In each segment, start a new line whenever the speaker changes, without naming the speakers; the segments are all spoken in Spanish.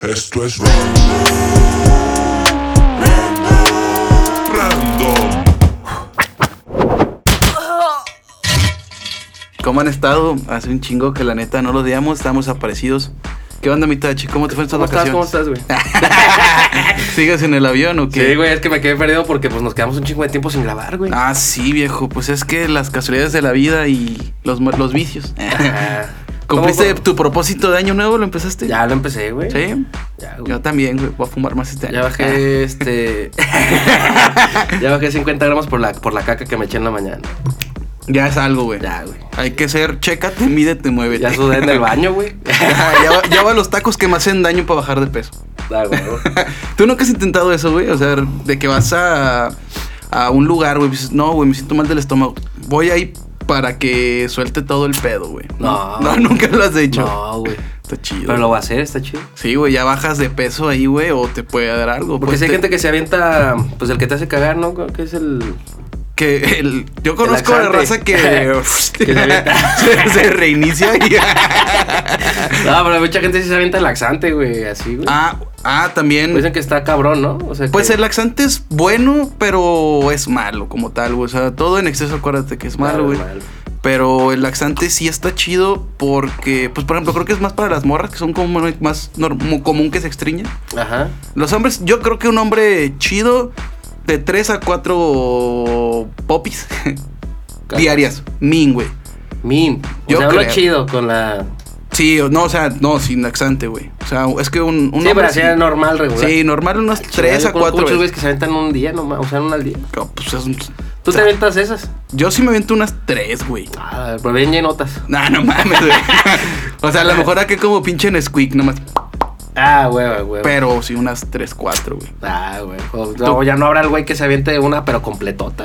Esto es random. Random.
¿Cómo han estado? Hace un chingo que la neta no los veíamos, estamos aparecidos. ¿Qué onda, mi Tachi? ¿Cómo te fue en estas
¿Cómo estás? ¿Cómo
vacaciones?
estás, güey?
¿Sigues en el avión o qué?
Sí, güey, es que me quedé perdido porque pues nos quedamos un chingo de tiempo sin grabar, güey.
Ah, sí, viejo. Pues es que las casualidades de la vida y los, mu- los vicios.
Ah.
¿Cumpliste
¿Cómo-
tu propósito de año nuevo? ¿Lo empezaste?
Ya lo empecé, güey.
Sí.
Ya, güey.
Yo también, güey. Voy a fumar más este año.
Ya bajé este. ya bajé 50 gramos por la, por la caca que me eché en la mañana.
Ya es algo, güey.
Ya, güey.
Hay que ser, chécate, mídete, muévete.
Ya sudé en el baño, güey.
Ajá, ya, va- ya va los tacos que me hacen daño para bajar de peso.
Ah, güey, güey.
¿Tú nunca has intentado eso, güey? O sea, de que vas a, a un lugar, güey, dices, no, güey, me siento mal del estómago. Voy ahí para que suelte todo el pedo, güey.
No.
No, nunca lo has hecho.
No, güey.
Está chido.
Pero lo voy a hacer, está chido.
Sí, güey, ya bajas de peso ahí, güey, o te puede dar algo.
Porque
Pues
si hay
te-
gente que se avienta, pues el que te hace cagar, ¿no? Que es el.
que el- yo conozco la
laxante.
raza que,
Que se avienta.
se, se reinicia y...
No, pero mucha gente sí se avienta laxante, güey, así, güey. Pues
ah, ah, también...
Dicen que está cabrón, ¿no? O sea, que-
Pues el laxante es bueno, pero es malo como tal, güey. O sea, todo en exceso, acuérdate que es malo,
Claro,
güey.
malo.
Pero el laxante sí está chido porque, pues por ejemplo, creo que es más para las morras, que son como más norm- común que se extriñen.
Ajá.
Los hombres, yo creo que un hombre chido de 3 a 4 popis diarias, min, güey.
Min.
Yo
Yo o sea, hablo
creo.
chido con la.
Sí, o- no, o sea, no, sin laxante, güey. O sea, es que un, un
sí,
hombre
pero así era normal, regular.
Sí, normal unas 3 a 4
Muchos güeyes
veces.
que se aventan un día nomás, o sea, una al día.
No, pues, es un-
¿Tú te aventas esas?
Yo sí me aviento unas 3, güey.
Ah, pero bien llenotas.
No, no mames, güey. o sea, a lo mejor aquí como pinche en Squeak nomás.
Ah, güey, güey.
Pero sí, unas 3, 4, güey.
Ah, güey. O- No, ya no habrá el güey que se aviente una, pero completota,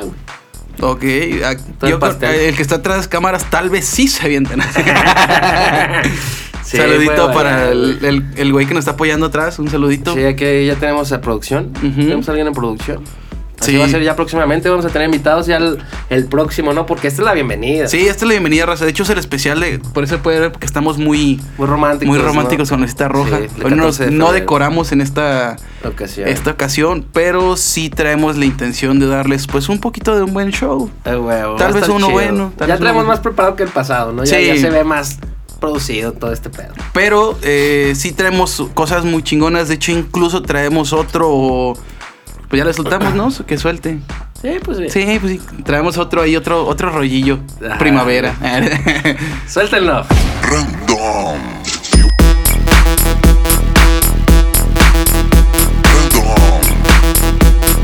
güey.
Ok, ah, yo
Todo el
creo-
pastel.
eh, el que está atrás de cámaras tal vez sí se avientan.
Sí,
saludito
güey,
para
vaya,
el,
güey.
el- el güey que nos está apoyando atrás, un saludito.
Sí, aquí ya tenemos a producción.
Ujú.
Tenemos a alguien en producción. Así
Sí.
va a ser ya próximamente. Vamos a tener invitados ya el, el próximo, ¿no? Porque esta es la bienvenida.
Sí, esta es la bienvenida, Raza. De hecho, es el especial, de- por eso puede ver que estamos muy,
Muy románticos.
muy románticos
¿no?
con esta roja.
Sí, el
Hoy no,
14 de
no
febrero.
decoramos en esta,
Ocasión.
esta ocasión, pero sí traemos la intención de darles pues un poquito de un buen show.
Eh, huevo,
Tal
va a
vez
estar
uno bueno, tal
ya
vez
traemos
uno-
más preparado que el pasado, ¿no? Ya,
Sí.
ya se ve más producido todo este pedo.
Pero eh, sí traemos cosas muy chingonas. De hecho, incluso traemos otro. Pues ya le soltamos, ¿no? Que suelte.
Sí, pues bien.
Sí, pues sí. Traemos otro ahí, otro, otro rollillo.
Ajá.
Primavera.
Suéltenlo.
Random. Random.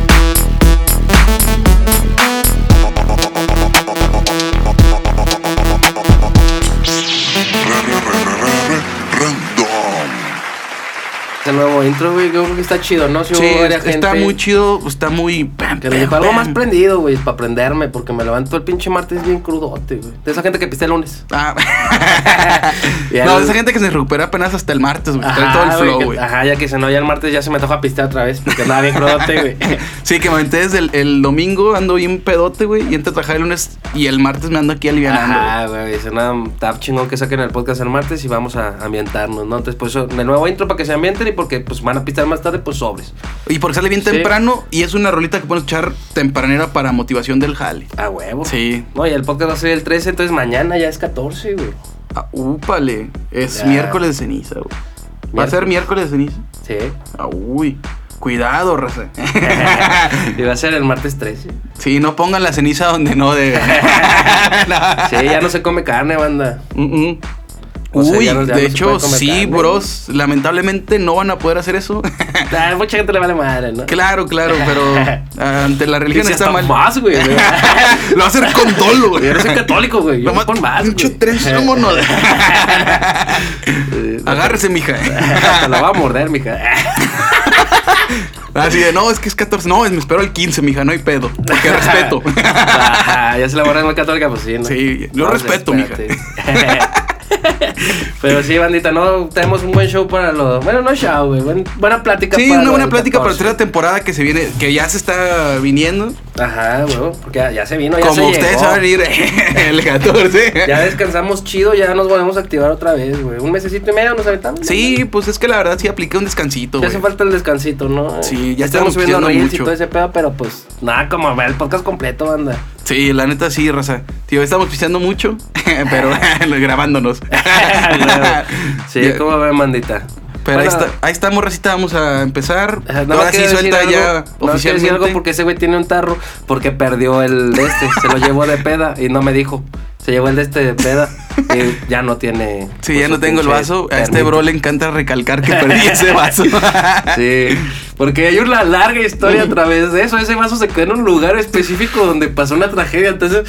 Ra, ra, ra, ra, ra, ra, Random.
Este nuevo intro, güey, yo creo que está chido, ¿no? Si
sí,
hubo varias
está
gente
muy chido. Está muy. pam,
Que le
pam,
dijo algo
pam.
más prendido, güey, para prenderme, porque me levantó el pinche martes bien crudote, güey. De esa gente que piste el lunes.
Ah.
Ya
no,
el-
esa gente que se recupera apenas hasta el martes, güey. Trae todo el
güey,
flow,
que-
güey.
Ajá, ya que se no, ya el martes ya se me antoja pistear otra vez, porque andaba bien crudote, güey.
Sí, que me aventé desde el, el domingo, ando bien pedote, güey. Y entré a trabajar el lunes y el martes me ando aquí alivianando. güey.
Ajá, güey, dice nada, está chingón que saquen el podcast el martes y vamos a ambientarnos, ¿no? Entonces, pues, el nuevo intro para que se ambienten y porque, pues, van a pistear más tarde, pues, sobres.
Y porque sale bien
Sí.
temprano y es una rolita que pueden echar tempranera para motivación del jale.
A huevo.
Sí.
No, y el podcast va a ser el 13, entonces mañana ya es 14, güey.
Ah, úpale. Es
Ya.
miércoles de ceniza, güey. ¿Va a ser miércoles de ceniza?
Sí.
Ah, uy. Cuidado, raza.
y va a ser el martes 13.
sí, no pongan la ceniza donde no deben. No.
Sí, ya no se come carne, banda.
Mm, mm.
O sea,
Uy,
ya no- ya
de
no se
hecho,
puede comer
sí,
carne,
bros. Lamentablemente no van a poder hacer eso.
Ah, mucha gente le vale madre, ¿no?
claro, claro, pero ante la religión
Dice,
está
hasta
mal.
más, güey.
Lo va a hacer con dolo, güey.
Yo no soy católico, güey. Yo
No
no
más-
con más,
pinche
güey.
tren, sí, vámonos.
Eh,
Agárrese, mija.
Te la va a morder, mija.
Así de, no, es que es 14. No, me espero el 15, mija, no hay pedo. Porque respeto.
Ah, ya se la borra muy católica, pues sí, ¿no?
Sí, yo
No,
respeto,
espérate. Pero sí, bandita, no tenemos un buen show para los. Bueno, no show, güey. buen- buena plática
Sí,
para
una
lo
buena
del
plática para la
14.
tercera temporada que se viene, que ya se está viniendo.
Ajá, huevo, porque ya, ya se vino, ya se
Como ustedes
llegó.
saben ir el 14.
Ya descansamos chido, ya nos volvemos a activar otra vez, güey. Un mesecito y medio nos aventamos.
Sí, pues es que la verdad sí apliqué un descansito,
Ya
güey.
hace falta el descansito, ¿no?
Sí, ya
estamos
estamos
subiendo
pidiendo
reels y
mucho.
todo ese pedo, pero pues nada como ver el podcast completo, banda.
Sí, la neta sí, raza. Tío, estamos pisteando mucho, pero grabándonos.
sí,
Ya,
¿cómo ven, mandita?
Pero ahí,
Bueno,
está, ahí está, morrecita, vamos a empezar.
Ajá, nada
Ahora
más
sí
quiero decir
suelta
algo,
ya
nada más quiero decir
oficialmente.
algo porque ese güey tiene un tarro porque perdió el de este, se lo llevó de peda y no me dijo. Se llevó el de este de peda y ya no tiene.
Sí,
pues,
ya
su
no tengo el
pinche
vaso. A este
termito.
bro le encanta recalcar que perdí ese vaso.
Sí, porque hay una larga historia a través de eso. Ese vaso se quedó en un lugar específico donde pasó una tragedia. Entonces,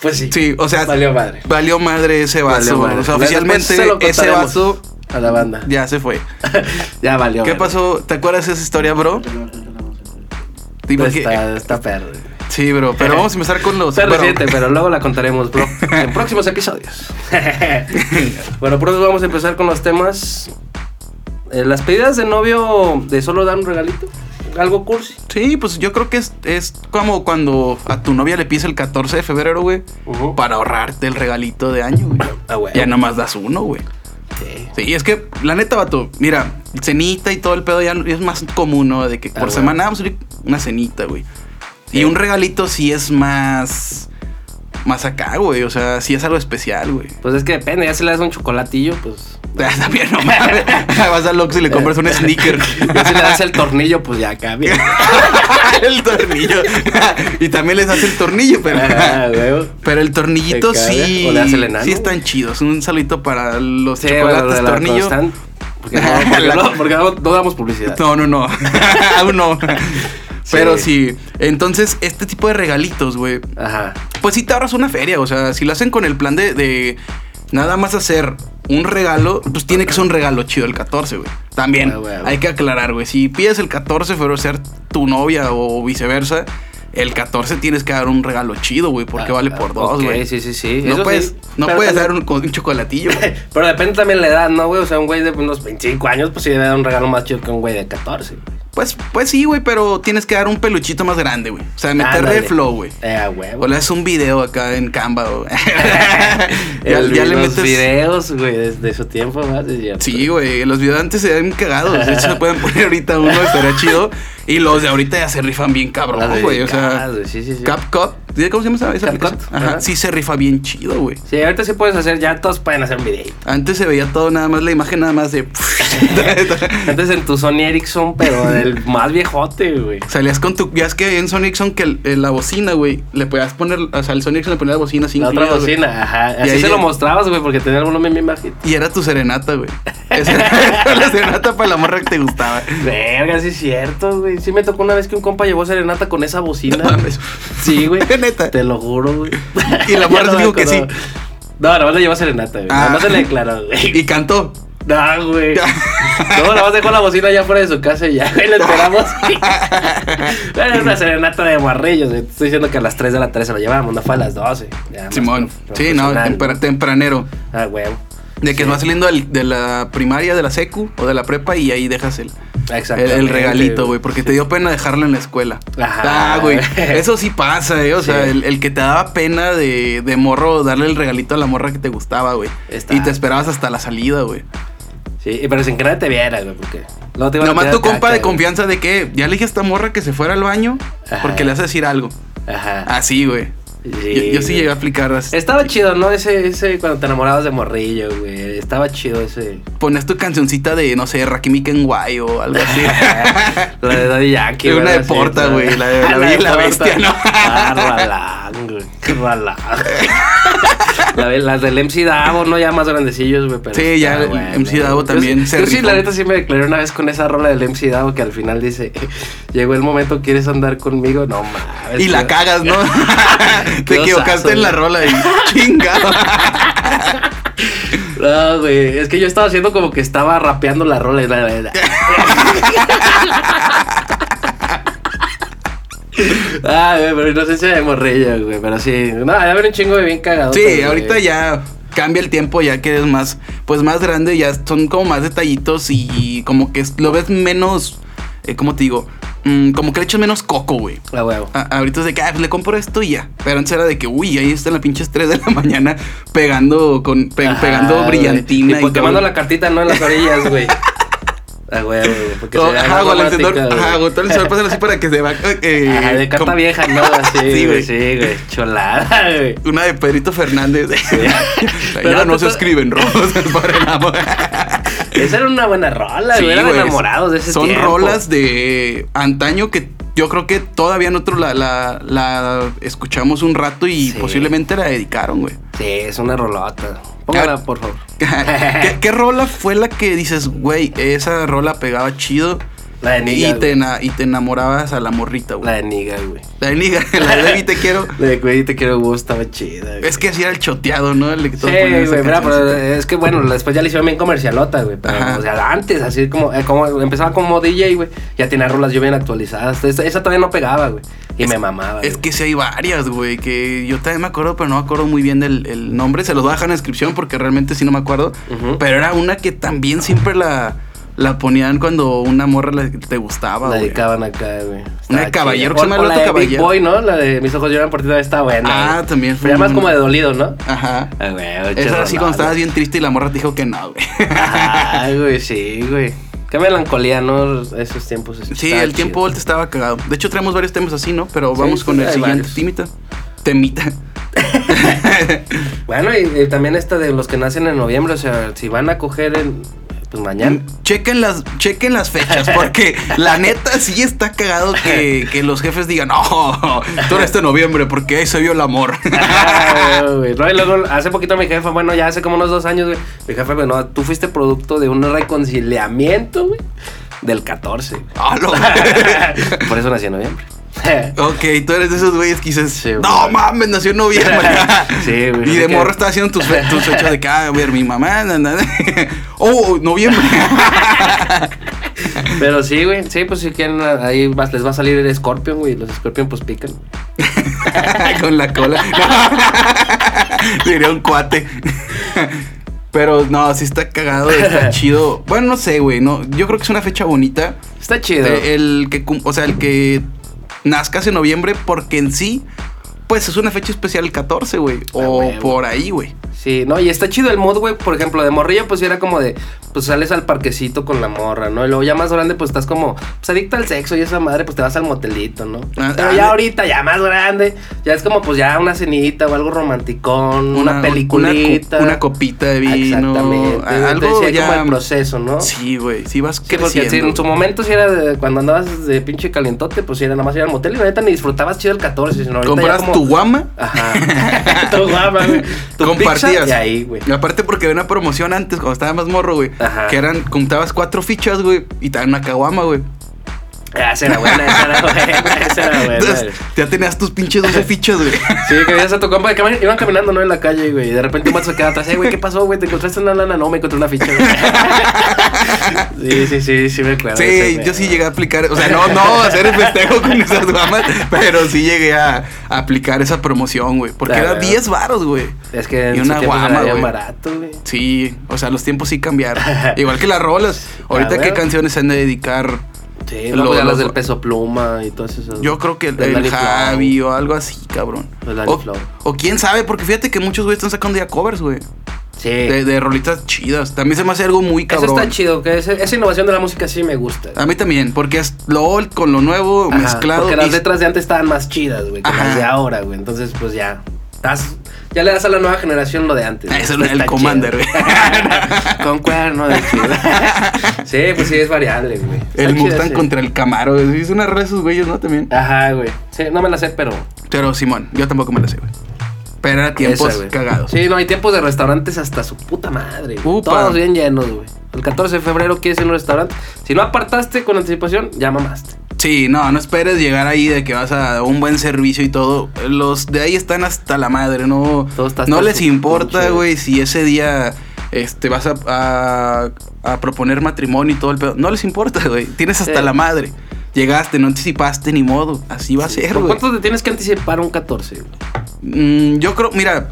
pues sí.
Sí, o sea,
Valió madre.
valió madre ese vaso.
Valió madre.
O sea,
Ya
oficialmente
después se lo
ese
contaremos
vaso
A la banda. Ya,
ya se fue.
valió.
¿Qué
madre.
pasó? ¿Te acuerdas de esa historia, bro? Sí, porque-
Pues, Está, está perro.
sí, bro, pero vamos a empezar con los...
Está
bueno,
reciente, pero luego la contaremos, bro. En próximos episodios. bueno, pronto vamos a empezar con los temas. Eh, Las pedidas de novio de solo dar un regalito. Algo cursi.
Sí, pues yo creo que es, es como cuando a tu novia le pides el 14 de febrero, güey,
Ujú.
para ahorrarte el regalito de año, güey.
Ah, güey.
Ya nomás das uno, güey.
Sí.
Sí, es que, la neta, vato, mira, cenita y todo el pedo ya no- es más común, ¿no? De que por
güey.
semana vamos a ir una cenita, güey.
Ah, Sí.
Y un regalito sí es más. Más acá, güey. O sea, sí es algo especial, güey.
Pues es que depende, ya si le das un chocolatillo, pues.
También no mames. Vas al Ox y le compras un sneaker.
Ya si le das el tornillo, pues ya cambia.
el tornillo. y también les das el tornillo, pero.
Ah, huevo.
Pero el tornillito
Te cabe,
sí.
o le das el enano.
Sí están chidos. Un saludito para los
Sí, bueno, de
chocolates
la
tornillo.
constan- Porque, no, porque no- porque no- no damos publicidad.
No, no, no. Aún no. Pero sí. Entonces, este tipo de regalitos, güey.
Ajá.
Pues sí te ahorras una feria. O sea, si lo hacen con el plan de, de nada más hacer un regalo, pues tiene que ser un regalo chido el 14, güey. También
Ah, güey, güey.
hay que aclarar, güey. Si pides el 14, pero ser tu novia o viceversa, el 14 tienes que dar un regalo chido, güey, porque
Ah,
vale
ah,
por dos,
ok,
güey.
sí, sí, sí.
No
Eso
puedes,
sí.
no
Pero
puedes
también-
dar un, con un chocolatillo, güey.
Pero depende también la edad, ¿no, güey? O sea, un güey de unos 25 años, pues sí debe dar un regalo más chido que un güey de 14. güey.
Pues, pues sí, güey, pero tienes que dar un peluchito más grande, güey. O sea, meterle
Ándale.
el flow, güey.
Eh, a huevo.
O le haces un video acá en Canva, güey. ya,
El-
ya le
los
metes.
videos, güey, de, de su tiempo, más es cierto.
Sí, güey, los videos antes se ven cagados. De hecho, se pueden poner ahorita uno, estaría chido. Y los de ahorita ya se rifan bien
Las
cabrón, güey. O sea,
dedicadas, güey, sí, sí, sí.
CapCut. ¿sí? ¿Cómo se llama esa? esa
CapCut,
aplicación? Ajá.
ajá.
Sí, se rifa bien chido, güey.
Sí, ahorita sí puedes hacer, ya todos pueden hacer un video.
Antes se veía todo nada más, la imagen nada más de.
Antes en tu Sony Ericsson, pero el más viejote, güey.
Salías con tu. Ya es que en Sony Ericsson que el- eh, la bocina, güey, le podías poner. O sea, el Sony Ericsson le ponía la bocina sin
La otra bocina, ajá.
Y
Así
ahí
se
ya-
lo mostrabas, güey, porque tenía el volumen bien bajito.
Y era tu serenata, güey. Esa era la serenata para la morra que te gustaba.
Verga, sí es cierto, güey. Sí me tocó una vez que un compa llevó serenata con esa bocina.
No mames.
Sí, güey.
Neta.
Te lo juro, güey.
Y la morra
Ya no me
dijo que sí.
acuerdo. No, nada más le llevó serenata, güey.
Ah.
Nada más se le declaró, güey.
Y cantó.
No, güey. No, nada más dejó la bocina allá fuera de su casa y ya, güey, la esperamos. Bueno, es una serenata de guarrillos, güey. Te Estoy diciendo que a las 3 de la tarde se lo llevamos, no fue a las 12. Ya, más
Simón.
pro-
Sí, no,
profesional.
tempra- tempranero.
Ah, güey.
De que
Sí.
vas saliendo del- de la primaria, de la secu o de la prepa y ahí dejas el, el,
Exactamente.
el regalito, güey, porque te dio pena dejarlo en la escuela.
Ajá.
Ah, güey. Eso sí pasa, eh. O sea,
Sí.
el, el que te daba pena de, de morro darle el regalito a la morra que te gustaba, güey.
Está.
Y te esperabas hasta la salida, güey.
Sí, pero sin que nadie te viera, güey, porque. Luego te iban a
Nomás
tirar
tu compa
caca,
de
güey.
confianza de que ya le dije a esta morra que se fuera al baño
Ajá.
porque le hace decir algo.
Ajá.
Así, güey. Yo, yo sí
güey.
llegué a aplicar. las-
Estaba chido, ¿no? Ese, ese cuando te enamorabas de morrillo, güey. Estaba chido ese.
Ponías tu cancioncita de, no sé, Rakimi Kenway o algo así.
la de Daddy Yankee.
Y una
güey,
de
así,
Porta,
¿no?
güey, la de La Bella y la Bestia, ¿no?
Ah, Ralán, güey. qué Ralán. La de- Las del MC Davo, ¿no? Ya más grandecillos, güey. pero
Sí,
está
ya el
bueno.
MC Davo
Yo
también
sí-
se
Yo, sí,
rifó.
la neta sí me declaré una vez con esa rola del MC Davo que al final dice: Llegó el momento, ¿quieres andar conmigo? No mames.
y la
tío.
cagas, ¿no?
Qué
Te equivocaste
osazo,
en la
güey.
rola y chingado.
No, güey, es que yo estaba haciendo como que estaba rapeando la rola y la verdad. Ah, güey, pero inocencia de morrillo, güey, pero sí. No, a haber un chingo de bien cagado.
Sí,
también,
ahorita
güey.
ya cambia el tiempo, ya que eres más, pues más grande, ya son como más detallitos y como que es- lo ves menos, eh, ¿cómo te digo? mm, como que le echas menos coco, güey.
La huevo.
A- ahorita es de que, ah, pues le compro esto y ya. Pero antes era de que, uy, ahí están las pinches 3 de la mañana pegando con pe-
Ajá,
pegando
güey.
brillantina.
Y pues te
todo.
mando la cartita, ¿no? En las orillas, güey. La huevo, güey. Porque
Todo-
se
Oh, Ajá, güey, el encendedor. Ajá,
Ajá,
güey, todo el encendedor pásalo así para que se va. eh,
de carta
como-
vieja, ¿no?
Sí,
Así, güey.
güey.
Sí, güey. Cholada, güey.
Una de Pedrito Fernández. ya
Pero
no
tú
se
to-
escriben rosas para el amor.
Esa era una buena rola,
Sí,
güey. Eran
güey,
enamorados de ese
Son
tiempo.
rolas de antaño que yo creo que todavía nosotros la, la, la escuchamos un rato y
Sí.
posiblemente la dedicaron, güey.
Sí, es una rolota. Póngala,
Ah.
por favor.
¿Qué, qué rola fue la que dices, güey, esa rola pegaba chido?
La de Niga,
y,
güey.
te, ena- y te enamorabas a la morrita,
La
güey.
de Niga, güey.
La de Niga, la de Baby Te Quiero.
La de Güey, te quiero, gusto, estaba chida, güey.
Es que así era el choteado, ¿no? El que
Sí,
todos ponían
güey,
esa
mira, pero
cancioncita.
es que bueno, después ya le hicieron bien comercialota, güey. Pero,
Ajá.
o sea, antes, así como, eh, como empezaba como DJ, güey. Ya tenía rolas yo bien actualizadas. Esa, esa todavía no pegaba, güey. Y me mamaba.
Es
güey.
que sí hay varias, güey, que yo también me acuerdo, pero no me acuerdo muy bien del el nombre. Se los voy a dejar en la descripción porque realmente sí no me acuerdo.
Ujú.
Pero era una que también siempre la, la ponían cuando una morra le- te gustaba,
La
güey.
dedicaban acá,
Una
güey.
de
Estaba
Caballero,
chida.
que se llama
O- o
el
la
otro
de Big
Caballero.
Boy, ¿no? La de Mis ojos lloran por ti también está buena.
Ah,
güey.
también fue
Pero ya más
una-
como de dolido, ¿no?
Ajá.
Ah, güey,
Esa era así cuando
rolota.
estabas bien triste y la morra te dijo que no, güey.
Ay, güey, sí, güey. Qué melancolía, ¿no? Esos tiempos.
Sí,
Estaba
el tiempo
chido.
él te estaba cagado. De hecho, traemos varios temas así, ¿no? Pero
Sí,
vamos con el
pues, hay
siguiente
varios.
timita. Temita.
Bueno, y, y también esta de los que nacen en noviembre, o sea, si van a coger en. Pues mañana.
Mm. Chequen las, chequen las fechas, porque la neta sí está cagado que, que los jefes digan, no, tú eres de noviembre, porque ahí se vio el amor.
Ah, güey. no, y luego hace poquito mi jefa, bueno, ya hace como unos dos años, güey. Mi jefa, güey, no, tú fuiste producto de un reconciliamiento, güey, del 14. güey.
Halo.
Por eso nací en noviembre.
ok, tú eres de esos güeyes que dices,
Sí,
no
güey.
mames, nació en noviembre.
Sí, güey.
Y
Es
de
que-
morro está haciendo tus, fe- tus fechas de que, ah, a ver, mi mamá, na, na, na. oh, noviembre.
Pero sí, güey, sí, pues si quieren, ahí va- les va a salir el Scorpion, güey. y Los Scorpion, pues pican.
con la cola. Diría un cuate. Pero no, sí está cagado, está chido. Bueno, no sé, güey. No, yo creo que es una fecha bonita.
Está chido.
Eh, El que, cum- o sea, el que nazcas en noviembre, porque en sí, pues es una fecha especial el 14, güey.
Ah,
O
güey,
por ahí, güey.
Sí, no, y está chido el mood, güey. Por ejemplo, de morrillo, pues era como de, pues sales al parquecito con la morra, ¿no? Y luego ya más grande, pues estás como, pues adicto al sexo y esa madre, pues te vas al motelito, ¿no?
Ah,
Pero
ah,
ya
de-
ahorita, ya más grande, ya es como, pues ya una cenita o algo romanticón, una,
una
peliculita.
co- Una copita de vino.
Exactamente.
a- Algo
Entonces, sí hay como
ya.
el proceso, ¿no?
Sí, güey. Sí, vas
Sí, porque sí,
creciendo.
en su momento si era de- cuando andabas de pinche calientote, pues sí era nada más ir al motel y la neta ni disfrutabas chido el 14, sino ahorita ya
Compras
como-
tu guama.
Ajá. tu guapa, güey. Tu
Compartías.
pizza Y ahí, güey.
Y aparte porque había una promoción antes, cuando estaba más morro, güey.
Ajá.
Que eran, juntabas cuatro fichas, güey. Y te daban una caguama, güey.
Ah, esa era buena, esa era buena, esa era buena.
Entonces,
güey.
ya tenías tus pinches 12 fichas, güey.
Sí, que veías a tu compa que iban- iban caminando, ¿no? En la calle, güey. Y de repente un vato se queda atrás. Ey, güey, ¿qué pasó, güey? ¿Te encontraste una lana? No, me encontré una ficha, güey. Sí, sí, sí, sí me acuerdo. de
Sí,
ese
yo sí
pedo.
llegué a aplicar, o sea, no, no hacer el festejo con esas guamas, pero sí llegué a, a aplicar esa promoción, güey. Porque
La
era
verdad.
10 varos, güey.
Es que en
Y
su
una
tiempo se
guama,
era bien
güey.
barato, güey.
Sí, o sea, los tiempos sí cambiaron. Igual que las rolas. Ahorita,
Ah,
¿qué
güey.
canciones se han de dedicar?
Sí,
Lo-
luego ya
lo-
las del peso pluma y todas esas.
Yo creo que el,
Del
el
Danny Flow.
Javi o algo así, cabrón.
El Danny
O,
Flow.
o quién sabe, porque fíjate que muchos güeyes están sacando ya covers, güey.
Sí.
De, de rolitas chidas. También se me hace algo muy
Eh. Eso
cabrón.
está chido, que ese- esa innovación de la música sí me gusta.
A mí también, porque es lo old con lo nuevo
Ajá,
mezclado.
Porque las
y-
letras de antes estaban más chidas, güey, que
Ajá.
las de ahora, güey. Entonces, pues ya. estás- ya le das a la nueva generación lo de antes.
Ah,
güey.
eso era el
Está
Commander,
chido.
güey.
Con cuerno de chido. sí, pues sí, es variable, güey. Está
El
chido,
Mustang
sí. Ah.
contra el Camaro. sí, Es una red de esos güeyes, ¿no? También.
Ajá, güey. Sí, no me la sé, pero.
Pero Simón, yo tampoco me lo sé, güey. Pero era tiempos
esa, güey.
cagados.
Sí, no, hay tiempos de restaurantes hasta su puta madre. güey.
Upa.
Todos bien llenos, güey. El 14 de febrero quieres ir a un restaurante. Si no apartaste con anticipación, ya mamaste.
Sí, no, no esperes llegar ahí de que vas a un buen servicio y todo. Los de ahí están hasta la madre, no,
Todo está hasta
no les
su
importa,
pinche-
güey, si ese día este, vas a, a- a proponer matrimonio y todo el pedo. No les importa, güey, tienes hasta
Sí.
la madre. Llegaste, no anticipaste ni modo, así va a ser,
¿Por
güey.
cuánto te tienes que anticipar un 14, güey?
Mm, yo creo, mira,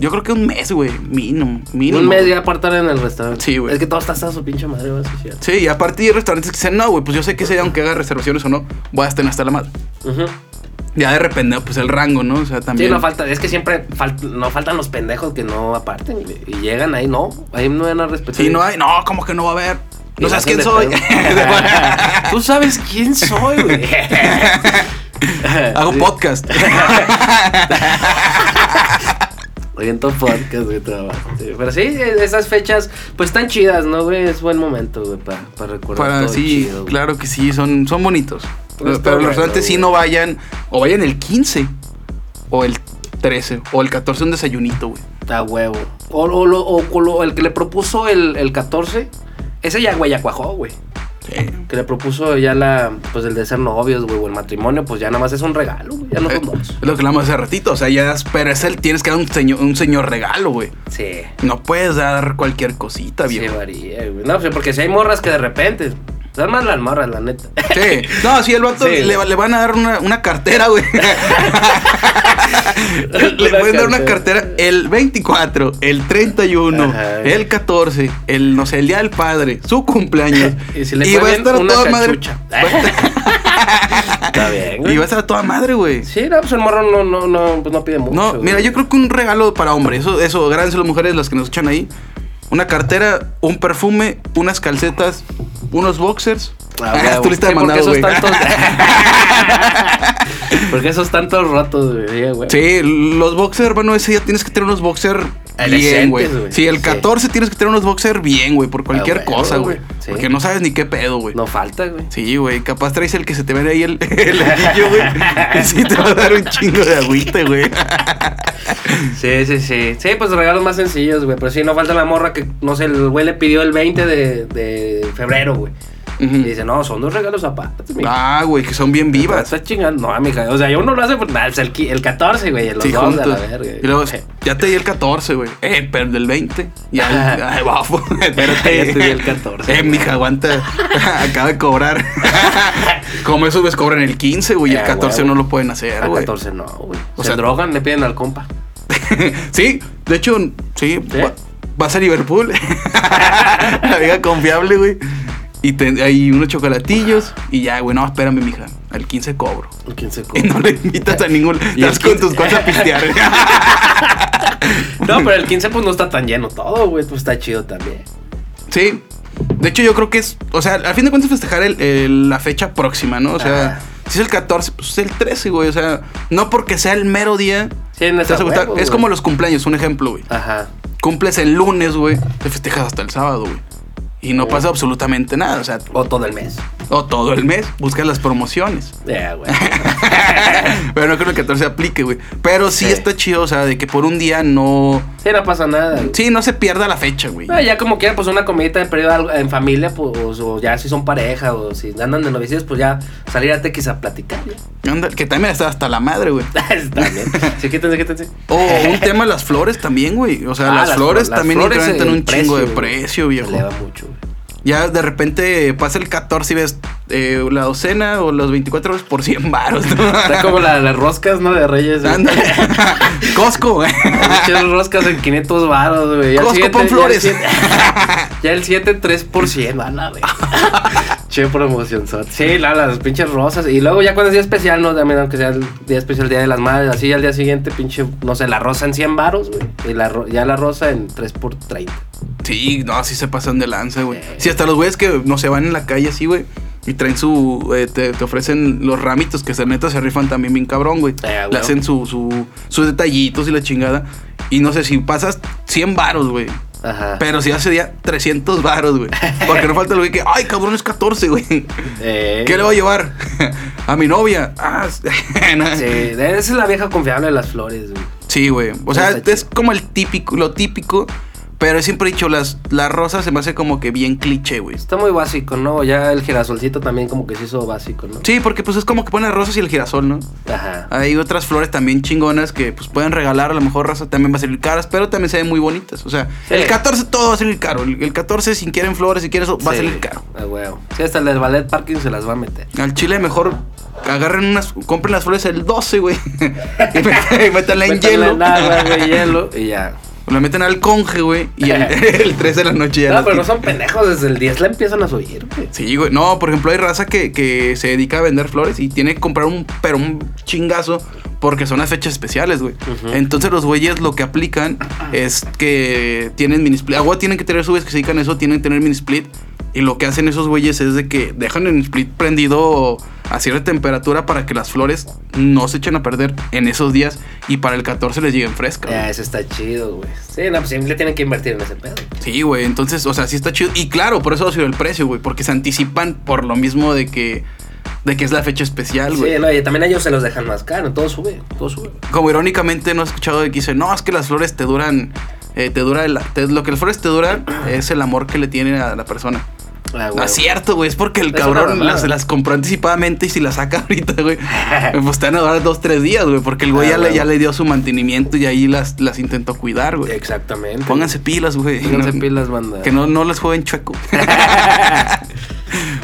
Yo creo que un mes, güey. Mínimo. mínimo.
Un mes ya apartar en el restaurante.
Sí, güey.
Es que todo está hasta su pinche madre, va a asociar.
Sí, y aparte hay restaurantes que dicen, no, güey, pues yo sé que ese día, aunque haga reservaciones o no, voy a estar hasta la madre. Ya de repente, pues el rango, ¿no? O sea,
Sí,
también.
no falta, es que siempre falt- no faltan los pendejos que no aparten güey, y llegan ahí, no, ahí no van a respetar.
Sí, no hay, no, como que no va a haber.
Y
No
lo
sabes
hacen
quién
de
soy.
pedo. Tú sabes quién soy, güey.
Hago podcast.
Oriento podcast, güey, todo. Sí, Pero sí, esas fechas, pues están chidas, ¿no, güey? Es buen momento, güey, para recordar.
Para
todo
sí,
chido, güey.
claro que sí, son, son bonitos.
Pues
pero
está
los
bueno,
restaurantes sí
güey.
no vayan, o vayan el 15, o el 13, o el 14 un desayunito, güey.
A huevo. O, o lo- o con lo- el que le propuso el, el 14, ese ya, güey, ya cuajó, güey. Que le propuso ya la, pues el de ser novios, güey, o el matrimonio, pues ya nada más es un regalo, güey. Ya no
Eh,
son dos.
Es lo que hablamos hace ratito, o sea, ya, das- pero es el, tienes que dar un señor, un señor regalo, güey.
Sí.
No puedes dar cualquier cosita,
Sí,
viejo.
varía, güey. No, pues, porque si hay morras que de repente. Son más las morras, la neta.
Sí, no, sí, el vato
Sí.
le, le van a dar una, una cartera, güey. le pueden dar una cartera el 24, el 31,
Ajá.
el 14, el, no sé, el día del padre, su cumpleaños.
Y si le ponen una cachucha. Está bien,
madre. Y
güey.
va a estar a toda madre, güey.
Sí, no, pues el morro no, no, no, pues no pide mucho.
No,
güey.
mira, yo creo que un regalo para hombre, eso, eso, gracias a las mujeres, las que nos escuchan ahí. Una cartera, un perfume, unas calcetas, unos boxers.
Ah,
Ah,
huevo.
tu lista de
Sí, porque
mandado,
esos
güey.
tantos- Porque esos tantos rotos, güey, güey.
Sí, los boxer, hermano, ese día tienes que tener unos boxer bien,
Decentes,
güey.
güey.
Sí, el
Sí.
14 tienes que tener unos boxer bien, güey, por cualquier
Ah, güey,
cosa,
güey.
güey.
Sí.
Porque no sabes ni qué pedo, güey.
No falta, güey.
Sí, güey, capaz traes el que se te ve ahí el, el anillo, güey. Y sí te va a dar un chingo de agüite, güey.
Sí, sí, sí. Sí, pues regalos más sencillos, güey. Pero sí, no falta la morra que, no sé, el güey le pidió el 20 de, de febrero, güey.
Ujú.
Y dice, no, son dos regalos aparte, mija.
Ah, güey, que son bien
Pero
vivas.
Está chingando. No, mija. O sea, yo uno lo hace por nada. El, qui- el 14, güey. y Los
Sí,
dos a la
juntos.
verga.
Y luego, ya te di el 14, güey. Eh, pero el del 20. Ya, ay, bafo.
Espérate, ya te di el 14.
Eh, mija, aguanta. Acaba de cobrar. Como esos ves cobran el 15, güey. y el
Eh,
14
huevo.
no lo pueden hacer,
El
güey.
14 no, güey.
O
O
sea-
sea, drogan, le piden al compa.
sí, de hecho, sí.
¿Sí?
va- Vas a Liverpool. La vieja confiable, güey. Y te- hay unos chocolatillos. Y ya, güey, no, espérame, mija. Al 15 cobro.
¿Quién se
Y no le invitas a ningún.
Y el
Estás con tus
15.
cuates a pistear.
No, pero el 15 pues no está tan lleno todo, güey. Pues está chido también.
Sí. De hecho, yo creo que es. O sea, al fin de cuentas, festejar el- el- la fecha próxima, ¿no? O sea,
Ajá.
si es el 14, pues es el 13, güey. O sea, no porque sea el mero día.
Sí, en
te vas a
esa
gustar.
huevo,
es
güey. Ah.
como los cumpleaños, un ejemplo, güey.
Ajá.
Cumples el lunes, güey. Te festejas hasta el sábado, güey. Y no pasa absolutamente nada. O sea,
O todo el mes.
o todo el mes buscas las promociones.
Ya, güey.
Pero no creo que el 14 aplique, güey. Pero sí,
Sí.
está chido, o sea, de que por un día no.
Sí, no pasa nada. güey.
Sí, no se pierda la fecha, güey.
No, ya como quiera, pues una comidita de periodo algo- en familia, pues, o ya si son pareja, o si andan de novicios, pues ya salir a tequis a platicar. ya.
Anda, Que también está hasta la madre, güey.
Está bien. Sí, quítense, quítense.
O un tema las flores también, güey. O sea,
Ah,
las, flores
las
también
flores,
incrementan
el
un chingo de
precio, güey,
precio,
Se
viejo.
eleva mucho, güey.
Ya de repente pasa el 14 y ves eh, la docena o los 24 horas por 100 baros.
Está como la- las roscas, ¿no? De Reyes. güey.
Anda. Costco, güey.
Pinches roscas en 500 baros, güey. Ya el
Costco,
siguiente-
pon
ya el
flores.
siguiente- Ya el 7, 3 por 100. A la vez. Che, promoción. sot. Sí, la, las pinches rosas. Y luego ya cuando es día especial, no, también aunque sea el día especial, día de las madres, así ya al día siguiente, pinche, no sé, la rosa en 100 baros, güey. Y la, ro- ya la rosa en 3 por 30.
Sí, no, así se pasan de lanza, güey.
Sí.
Sí, hasta los güeyes que no se van en la calle así, güey. Y traen su. eh, te, te ofrecen los ramitos que se neta se rifan también bien cabrón, güey.
Eh,
Le
güey.
hacen su, su, sus detallitos y la chingada. Y no sé si pasas 100 baros, güey.
Ajá.
Pero si hace día 300 varos, güey. Porque no falta el güey que, ay, cabrón, es 14, güey.
Eh,
¿Qué le voy a llevar? A mi novia. Ah, no.
Sí, esa es la vieja confiable de las flores, güey.
sí, güey. O sea,
Está
es como el típico, lo típico, Pero he siempre dicho, las, las rosas se me hace como que bien cliché, güey.
Está muy básico, ¿no? Ya el girasolcito también como que se hizo básico, ¿no?
Sí, porque pues es como que ponen rosas y el girasol, ¿no?
Ajá.
Hay otras flores también chingonas que pues pueden regalar, a lo mejor raza también va a salir caras, pero también se ven muy bonitas. O sea,
Sí.
el 14 todo va a salir caro. El, el 14 si quieren flores, si quieren eso, va a
Sí.
salir caro.
Ah, huevo. Sí, hasta el del ballet parking se las va a meter.
Al chile mejor agarren unas, compren las flores el 12, güey. y met- y métanla en
Métanle
hielo.
en agua, güey, hielo y ya.
O la meten al conge, güey. Y el, el 3 de la noche ya.
No,
las
pero no
quitan.
son pendejos, desde el 10 la empiezan a subir, güey.
Sí, güey. No, por ejemplo, hay raza que, que se dedica a vender flores y tiene que comprar un, pero un chingazo porque son las fechas especiales, güey.
Ujú.
Entonces los güeyes lo que aplican es que tienen mini split. Agua tienen que tener subes que se dedican a eso, tienen que tener mini split. Y lo que hacen esos güeyes es de que dejan el split prendido a cierta temperatura para que las flores no se echen a perder en esos días y para el 14 les lleguen frescas. güey.
Ah, eso está chido, güey. Sí, no, pues sí, le tienen que invertir en ese pedo.
Sí, güey, entonces, o sea, sí está chido. Y claro, por eso ha sido el precio, güey, porque se anticipan por lo mismo de que, de que es la fecha especial, güey.
Sí, no, y también ellos se los dejan más caro, todo sube, todo sube.
Como irónicamente no he escuchado de que dicen, no, es que las flores te duran, eh, te dura, el- te- lo que las flores te duran es el amor que le tienen a la persona.
Ah,
No
huevo.
es cierto, güey, es porque el
Es una
cabrón
mamada.
las, las compró anticipadamente y si las saca ahorita, güey, pues te van a durar dos, tres días, güey, porque el güey
Ah,
ya, le,
huevo.
ya le dio su mantenimiento y ahí las, las intentó cuidar, güey.
Exactamente.
Pónganse pilas, güey.
Pónganse
No-
pilas, banda.
Que no, no les jueguen chueco.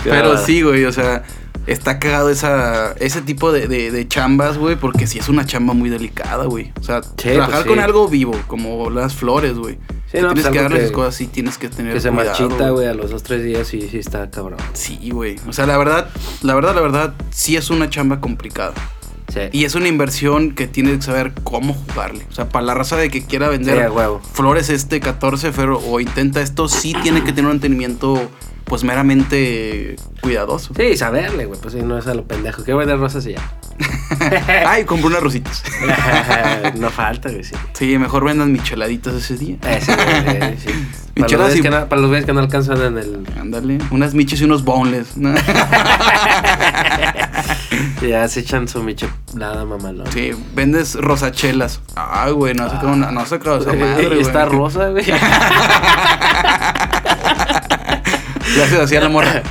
Pero sí, güey, o sea, está cagado esa, ese tipo de, de- de chambas, güey, porque sí es una chamba muy delicada, güey. O sea, trabajar
pues sí.
con algo vivo, como las flores, güey. Si
no, pues
tienes
algo
que darle
que-
esas cosas, sí tienes que tener
Que se
cuidado,
marchita, güey, a los dos, tres días y sí está cabrón.
Sí, güey. O sea, la verdad, la verdad, la verdad, sí es una chamba complicada.
Sí.
Y es una inversión que tienes que saber cómo jugarle. O sea, para la raza de que quiera vender
Sí, a huevo.
flores este 14 de febrero o intenta esto, sí tiene que tener un entendimiento, pues, meramente cuidadoso.
Sí, saberle, güey, pues sí, no es a lo pendejo. Que vender rosas y ya.
Ay, compré unas rositas.
no falta, güey, sí.
Sí, mejor vendan micheladitas ese día.
Ese, güey, Eh, sí.
Mi
Para los,
chela
güeyes
sí-
que no, para los güeyes que no alcanzan en el.
Ándale, unas miches y unos boneless. ¿no?
Ya se echan su michelada, mamalón.
Sí, vendes rosachelas. Ay, güey, no has sacado, una- no has sacado esa
Güey,
madre,
y
güey.
está rosa, güey.
Ya se hacía la morra.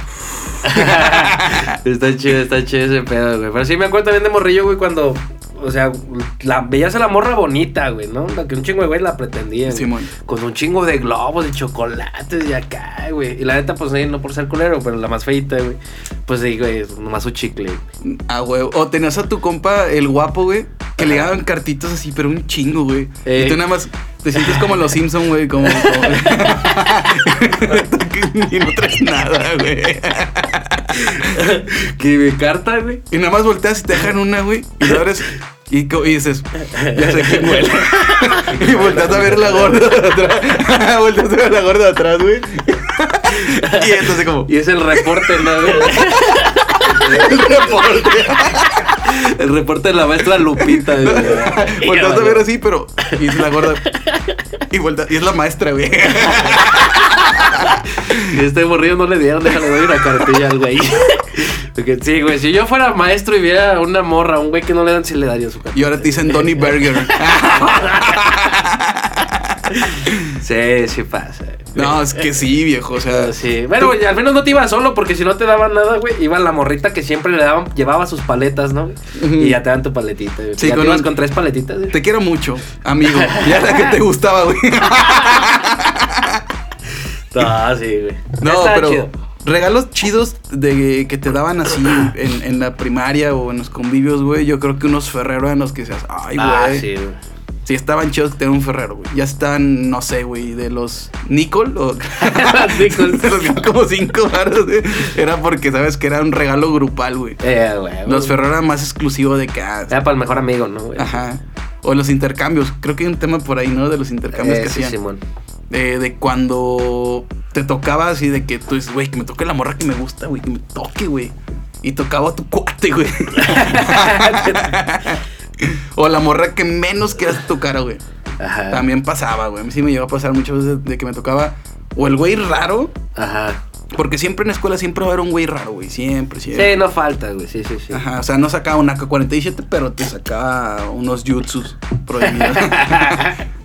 está chido, está chido ese pedo, güey. Pero sí me acuerdo también de morrillo, güey, cuando. O sea, la, veías a la morra bonita, güey, ¿no? La que un chingo de güey la pretendía. güey.
Simón.
con un chingo de globos, de chocolates y acá, güey. Y la neta, pues eh, no por ser culero, pero la más feita, güey. Pues sí, güey, es nomás su chicle.
Ah, güey. O tenías a tu compa, el guapo, güey, que le daban cartitas así, pero un chingo, güey.
Eh.
Y tú nada más te sientes como los Simpsons, güey, como. como- y no traes nada, güey.
que me carta, güey.
Y nada más volteas y te dejan una, güey. Y la abres y, co- y dices, ya sé quién huele. y volteas a ver la gorda de atrás. volteas a ver la gorda de atrás, güey. y entonces como,
Y es el reporte, ¿no, güey?
el reporte.
El reporte de la maestra Lupita, güey. Y ya
volteas a
valió.
ver así, pero... Y es la gorda... Y, volteas, y es la maestra, güey.
Y este morrillo no le dieron, déjale doy una cartilla al güey. Porque sí, güey, si yo fuera maestro y viera una morra, un güey que no le dan, sí le daría su cartilla.
Y ahora te dicen Donny Berger.
Sí, sí pasa.
no, es que sí, viejo. O sea,
Pero Sí. Bueno, güey, al menos no te ibas solo porque si no te daban nada, güey, iba la morrita que siempre le daban, llevaba sus paletas, ¿no?
Ujú.
Y ya te dan tu paletita. güey.
Sí,
ya
con
te ibas
un-
con tres paletitas. güey.
te quiero mucho, amigo. Ya la que te gustaba, güey.
Ah, sí, güey.
No,
Está
pero
chido.
regalos chidos de que te daban así en, en la primaria o en los convivios, güey. Yo creo que unos ferreros en los que seas, ay, güey.
Ah, sí,
sí.
güey.
estaban chidos tener un ferrero, güey. Ya están, no sé, güey, de los Nicol o.
Nicol.
de los que eran como cinco baros, güey. Era porque, sabes, que era un regalo grupal, güey.
Eh, güey.
Los
güey.
ferreros eran más exclusivos de que. ah,
Era para el mejor amigo, ¿no, güey?
Ajá. O los intercambios. Creo que hay un tema por ahí, ¿no? De los intercambios
Eh,
que
sí,
hacían.
Simón.
De, de cuando te tocaba así de que tú dices, güey, que me toque la morra que me gusta, güey, que me toque, güey. Y tocaba a tu cuate, güey. o la morra que menos querías tocar, güey.
Ajá.
También pasaba, güey. A mí sí me llegó a pasar muchas veces de que me tocaba o el güey raro,
Ajá.
porque siempre en la escuela siempre va a haber un güey raro, güey. Siempre, siempre.
Sí, no falta, güey. Sí, sí, sí.
Ajá, o sea, no sacaba un AK-47, pero te sacaba unos jutsus prohibidos.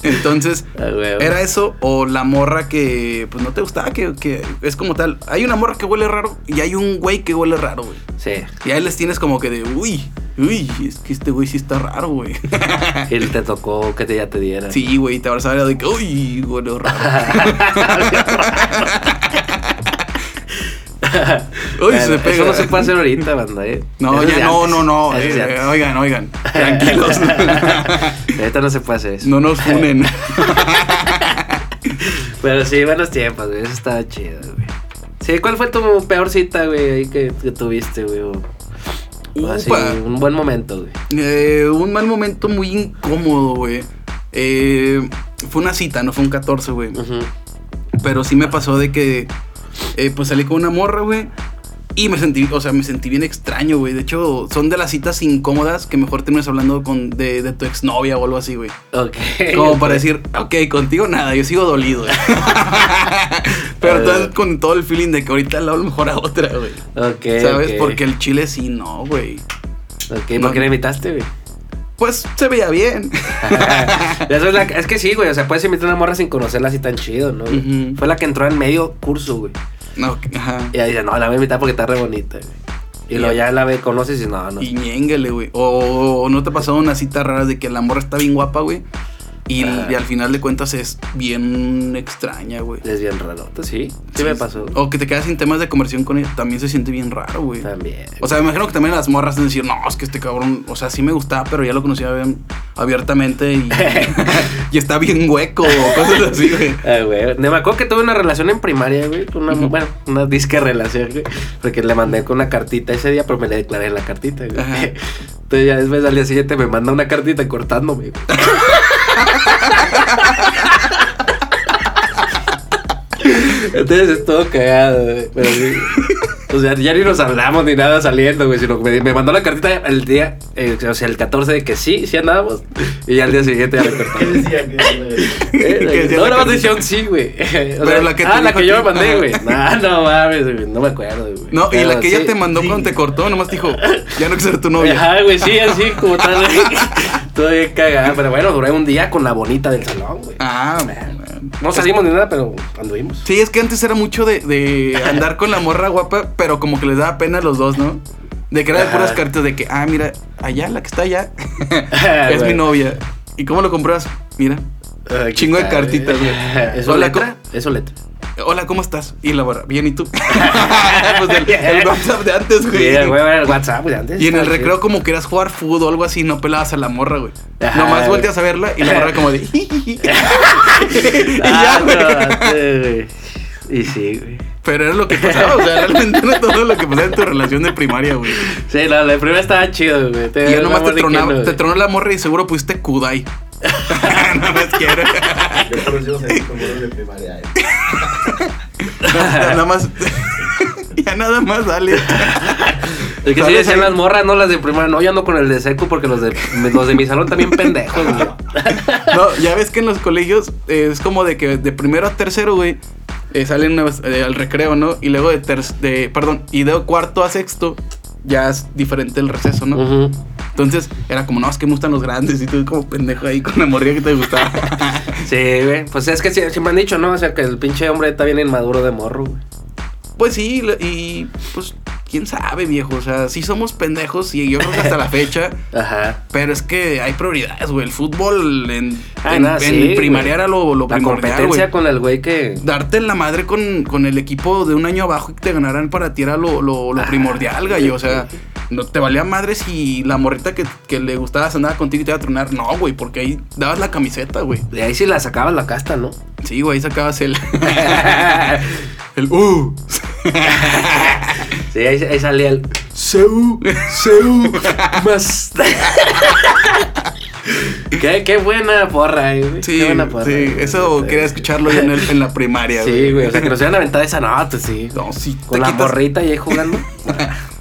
Entonces,
Ah, güey, güey.
era eso o la morra que pues no te gustaba, que, que es como tal. Hay una morra que huele raro y hay un güey que huele raro, güey.
Sí.
Y ahí les tienes como que de, uy, uy, es que este güey sí está raro, güey.
Y él te tocó que te, ya te diera.
Sí, güey, te habrás hablado de que, uy, huele raro. Uy, se pega.
Eso no se puede hacer ahorita, banda, ¿eh?
No,
Eso es
ya
de
no,
antes.
no, no.
Eso es de
eh,
antes.
oigan, oigan. Tranquilos.
Ahorita no se puede hacer eso.
no nos funen.
Pero sí, buenos tiempos, güey. Eso estaba chido, güey. Sí, ¿cuál fue tu peor cita, güey, ahí que, que tuviste, güey? O, o así,
Upa.
un buen momento, güey.
Eh, un mal momento muy incómodo, güey. Eh, fue una cita, no fue un 14, güey.
Ujú.
Pero sí me pasó de que, eh, pues salí con una morra, güey. Y me sentí, o sea, me sentí bien extraño, güey. De hecho, son de las citas incómodas que mejor terminas hablando con, de, de tu exnovia o algo así, güey.
Ok.
Como para decir, ok, contigo nada, yo sigo dolido. güey". Pero tal, con todo el feeling de que ahorita le hablo mejor a otra, güey.
Ok.
¿Sabes?
ok.
Porque el chile sí, no, güey.
Ok,
No.
¿por qué le invitaste, güey?
Pues se veía bien.
Eso es, la- es que sí, güey. O sea, puedes invitar a una morra sin conocerla así tan chido, ¿no? güey?
Ujú.
Fue la que entró en medio curso, güey.
No, ajá.
Y ella dice, no, la voy a invitar porque está re bonita, güey. Y
Y
luego
ya.
ya la ve, conoces y no, no.
Y ñéngale, güey. O, o no te ha pasado una cita rara de que la morra está bien guapa, güey. Y,
Ah.
y al final de cuentas es bien extraña, güey.
Es bien rarota, sí. Sí, me pasó.
O que te quedas sin temas de conversión con ella. También se siente bien raro, güey.
También.
O sea, me imagino que también las morras deben decir, no, es que este cabrón, o sea, sí me gustaba, pero ya lo conocía bien- abiertamente y, y está bien hueco o cosas así, güey.
Ah, güey. Me acuerdo que tuve una relación en primaria, güey. con Una,
Ujú.
Bueno, una disque relación, güey. Porque le mandé con una cartita ese día, pero me le declaré en la cartita, güey.
Ajá.
Entonces ya después al día siguiente me manda una cartita cortándome, güey. Entonces estuvo cagado, güey. Pero sí. O sea, ya ni nos hablamos ni nada saliendo, güey. Sino que me, me mandó la cartita el día, eh, o sea, el 14 de que sí, sí andábamos. Y ya al día siguiente ya me cortaron.
Que
Eh,
decía
no,
la
nada más
cartita.
decía un sí, güey. O
Pero la que te
ah, la
dijo
que
a
yo
ti.
me mandé,
Ajá.
güey. No, no mames, güey. No me acuerdo, güey.
No, y la
Pero
que ella
sí.
te mandó cuando te cortó, nomás te dijo, ya no quiero ser tu novia.
Ajá, güey, sí, así como tal. Todo bien cagado. Pero bueno, duré un día con la bonita del salón, güey.
Ah, man.
No salimos ni nada, pero anduvimos.
Sí, es que antes era mucho de, de andar con la morra guapa, pero como que les daba pena a los dos, ¿no? De que era de
Ajá.
puras cartas de que, ah, mira, allá, la que está allá,
Ah,
es mi
güey.
novia. ¿Y cómo lo compras? Mira,
Aquí
Chingo de
está,
cartitas, güey.
Eso
Hola,
letra. Eso letra.
hola, ¿cómo estás? Y la morra, bien, ¿y tú? pues el, el WhatsApp de antes,
Sí,
güey.
güey, güey, el WhatsApp, güey, antes.
Y en el
estaba
recreo como querías jugar fútbol o algo así, no pelabas a la morra, güey.
Ajá,
Nomás
güey.
volteas a verla y la morra como de... y
chido.
ya,
Ah,
güey.
no, sí, güey. Y sí, güey.
Pero era lo que pasaba, o sea, realmente era todo lo que pasaba en tu relación de primaria, güey.
Sí, no, la primera estaba chido, güey.
Y ya nomás
no
te,
me
tronaba-
acuerdo de
te
quién,
tronó la morra y seguro pusiste Kudai. no más quiero.
Yo conocí a los amigos con moros de primaria. eh.
nada más... ya nada más dale.
Es que sí
¿Sabes?
decían
Ahí-
las morras, no las de primaria. No, yo ando con el de seco porque los de, los de mi salón también pendejos, güey.
No, ya ves que en los colegios eh, es como de que de primero a tercero, güey, eh, salen una vez, eh, al recreo, ¿no? Y luego de, ter- de, perdón, y de cuarto a sexto ya es diferente el receso, ¿no?
Ujú.
Entonces era como, no, es que me gustan los grandes y tú como pendejo ahí con la morrilla que te gustaba.
Sí, güey. Pues es que sí, sí me han dicho, ¿no? O sea, que el pinche hombre está bien inmaduro de morro, güey.
pues sí, lo- y pues quién sabe, viejo, o sea, sí somos pendejos y yo creo que hasta la fecha...
Ajá.
Pero es que hay prioridades, güey. El fútbol en,
Ah,
en,
no,
en
sí,
primaria
güey.
era lo, lo
La
primordial, güey.
competencia con el güey que.
darte en la madre con, con el equipo de un año abajo y que te ganaran para ti era lo, lo, lo
Ah,
primordial,
güey.
gallo. O sea, no te valía madre si la morrita que, que le gustabas andaba contigo y te iba a tronar. No, güey, porque ahí dabas la camiseta, güey.
De ahí sí la sacabas la casta, ¿no?
Sí, güey, ahí sacabas el. el. ¡Uh!
Sí, ahí, ahí salía el.
¡Seu! ¡Seu!
Más. qué, qué buena porra, eh, güey.
Sí,
qué buena porra.
sí,
güey.
eso quería escucharlo ya en, el- en la primaria,
Sí, güey. O sea, que nos hubieran aventado esa nota, sí.
No, sí, te
Con la
quitas
morrita y ahí jugando.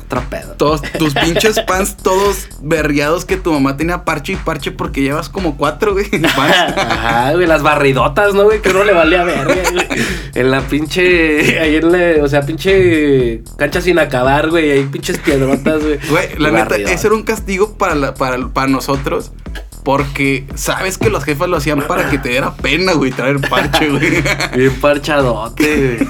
Otro pedo.
Todos tus pinches pants todos vergueados que tu mamá tenía parche y parche porque llevas como cuatro, güey, pants.
Ajá, güey, las barridotas, ¿no, güey? Que uno le valía verga, güey. En la pinche. Ahí en la. O sea, pinche. Cancha sin acabar, güey. Ahí pinches piedrotas, güey.
Güey, la neta,
Barridotas.
eso era un castigo para, la- para, para nosotros. Porque sabes que los jefas lo hacían para que te diera pena, güey, traer parche, güey.
Bien parchadote, güey.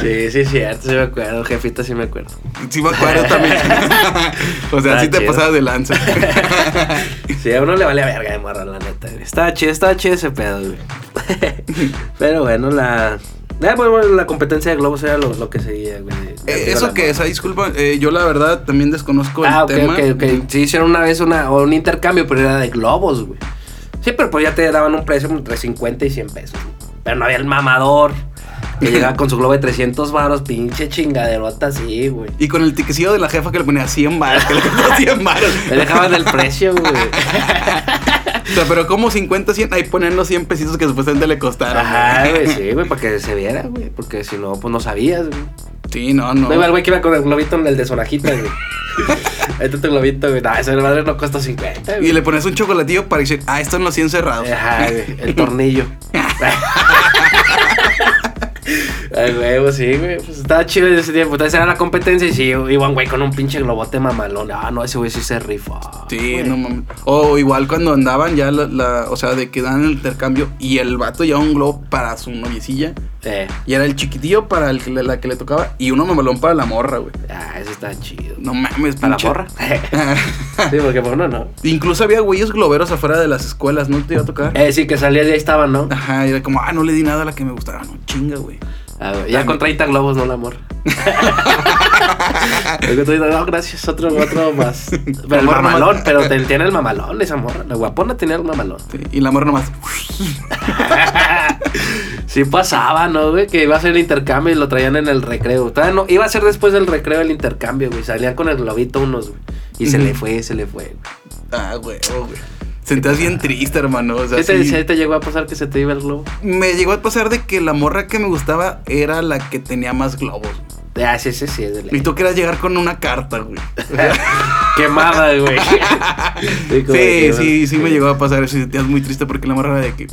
Sí, sí, es cierto, sí me acuerdo, jefita, sí me acuerdo.
Sí me acuerdo también. o sea,
Está
sí te
Ah, chido.
pasabas de lanza.
Sí, a uno le vale verga de morra, la neta. güey. Está chido, está chido ese pedo, güey. Pero bueno, la. eh, bueno, la competencia de globos era lo, lo que seguía, güey.
Eh, eso que es, ah, disculpa, eh, yo la verdad también desconozco el
Ah, ok,
tema.
ok, ok. Sí, hicieron una vez una, o un intercambio, pero era de globos, güey. Sí, pero pues ya te daban un precio entre 50 y 100 pesos. güey. Pero no había el mamador que llegaba con su globo de 300 varos, pinche chingaderota así, güey.
Y con el tiquecillo de la jefa que le ponía 100 baros, que le ponía 100 baros.
Le dejaban el precio, güey.
O sea, pero como 50, 100, ahí ponen los 100 pesitos que supuestamente le costaron.
Ajá,
güey.
güey, sí, güey, para que se viera, güey. Porque si no, pues no sabías, güey.
Sí, no, no.
No iba el güey que iba con el globito en el de sonajita, güey. Ahí está tu globito, güey. No, esa madre no cuesta 50, güey.
Y le pones un chocolatillo para decir, ah, están los 100 cerrados.
Ajá, güey, el tornillo. Ay, huevo, sí, güey. Pues estaba chido en ese tiempo. Entonces era la competencia y sí, iba un güey con un pinche globote mamalón. Ah, no, ese güey sí se rifa.
Sí, no mames. O igual cuando andaban ya la, la- o sea, de que dan el intercambio y el vato ya un globo para su noviecilla.
Eh,
Y era el chiquitillo para el que le- la que le tocaba y uno mamalón para la morra, güey.
ah, ese está chido.
No mames,
¿Para la
pinche-
porra? sí, porque por uno no.
Incluso había güeyes globeros afuera de las escuelas, ¿no te iba a tocar?
Eh, sí, que salías y ahí estaban, ¿no?
Ajá, y era como, ah, no le di nada a la que me gustaba. No, chinga, güey.
Ah, güey, ya con 30 globos, no la morra. Ya con 30, no, gracias, otro, otro más. Pero el
morra nomás-
mamalón, pero te- tiene el mamalón esa morra. La guapona tenía el mamalón.
Sí, y la morra nomás.
Sí pasaba, ¿no, güey? Que iba a ser el intercambio y lo traían en el recreo. Todavía no, iba a ser después del recreo el intercambio, güey. Salían con el globito unos, güey. Y se
Ujú.
le fue, se le fue. güey.
Ah, güey, oh, güey. Sentías bien triste, hermano. O sea,
¿Qué te,
sí.
sí te llegó a pasar que se te iba el globo?
Me llegó a pasar de que la morra que me gustaba era la que tenía más globos.
Ah, sí, sí, sí, es de
Y
ley.
tú querías llegar con una carta, güey.
Quemada, güey. Sí, como
Sí,
que-
sí, sí me llegó a pasar eso y sentías muy triste porque la morra era de que.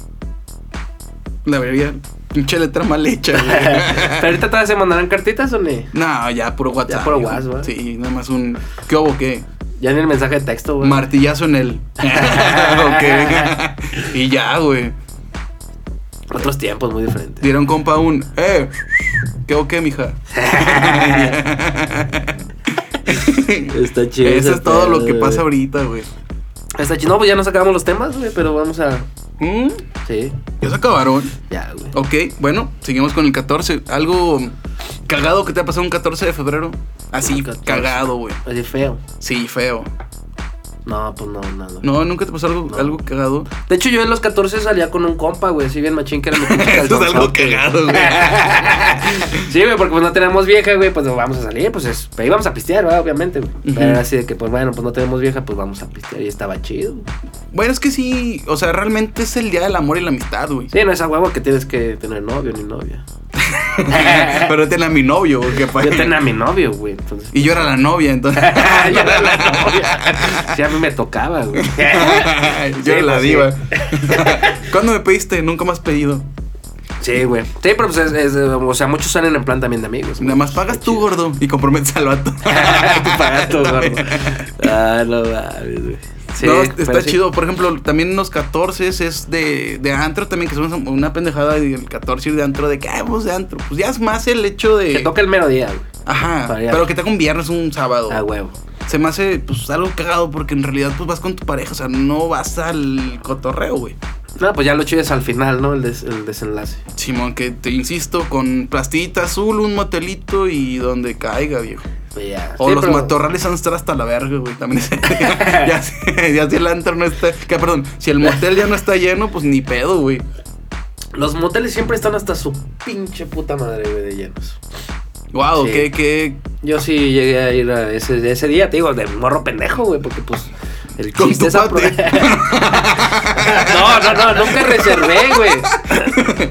La vería, pinche letra mal hecha, güey.
¿Pero ahorita todavía se mandarán cartitas o ni?
No, ya puro WhatsApp.
puro
hijo.
WhatsApp, ¿eh?
Sí, nada más un. ¿Qué hubo qué?
Ya ni el mensaje de texto, güey.
Martillazo en él. ok. y ya, güey.
Otros tiempos muy diferentes.
Dieron compa un. ¡Eh! ¿Qué hubo qué, mija?
Está chido.
Eso es todo lo que pasa
ahorita.
ahorita, güey.
Está chido. No, pues ya nos acabamos los temas, güey, pero vamos a.
Mm,
Sí,
Ya se acabaron.
ya, güey.
Ok, bueno, seguimos con el 14. Algo cagado que te ha pasado un 14 de febrero. Así,
Un 14.
cagado, güey.
Así feo.
Sí, feo.
No, pues no, nada.
No, nunca te pasó algo,
No.
algo cagado.
De hecho, yo en los 14 salía con un compa, güey, así bien machín que era mi pinche
Eso es algo
calzonzote.
cagado, güey.
Sí, güey, porque pues no tenemos vieja, güey, pues no vamos a salir, pues es, pero íbamos a pistear, güey, obviamente, güey.
Ujú.
Pero era así de que, pues bueno, pues no tenemos vieja, pues vamos a pistear y estaba chido. güey.
bueno, es que sí, o sea, realmente es el día del amor y la amistad, güey.
Sí, no es a huevo que tienes que tener novio ni novia.
Pero tenía a mi novio, güey, que pa-
Yo tenía a mi novio, güey, entonces.
Y yo era la novia, entonces.
Yo era la novia. Sí, a mí me tocaba, güey. pues Yo
yo era la diva. ¿Cuándo me pediste? Nunca más pedido.
Sí, güey. Sí, pero pues es, es, o sea, muchos salen en plan también de amigos. güey.
Nada más pagas tú,
Chido.
gordo. Y comprometes al vato.
Tú pagas todo, gordo. Ah, no mames, güey. Sí,
no, está
pero sí.
chido. Por ejemplo, también los 14 es de, de antro también, que es una, una pendejada y el 14 ir de antro de que ah, vamos de antro. Pues ya es más el hecho de.
Que toca el mero día, güey.
Ajá.
para allá.
Pero que te haga un viernes un sábado.
A huevo.
Se me hace pues algo cagado porque en realidad pues vas con tu pareja, o sea, no vas al cotorreo, güey.
No, pues ya lo chido es al final, ¿no? El, des- el desenlace.
Simón, que te insisto, con plastita azul, un motelito y donde caiga, viejo.
Pues ya.
O
Sí,
los
pero-
matorrales han de estar hasta la verga, güey. También es- ya, si- ya si el antro no está. Que, perdón, si el motel ya no está lleno, pues ni pedo, güey.
Los moteles siempre están hasta su pinche puta madre, güey, de llenos.
Wow,
Sí.
qué, qué.
Yo sí llegué a ir a ese, ese día, te digo, de morro pendejo, güey, porque pues. El
Con
chiste
tu
es apro-
cuate.
No, no, no, nunca reservé, güey.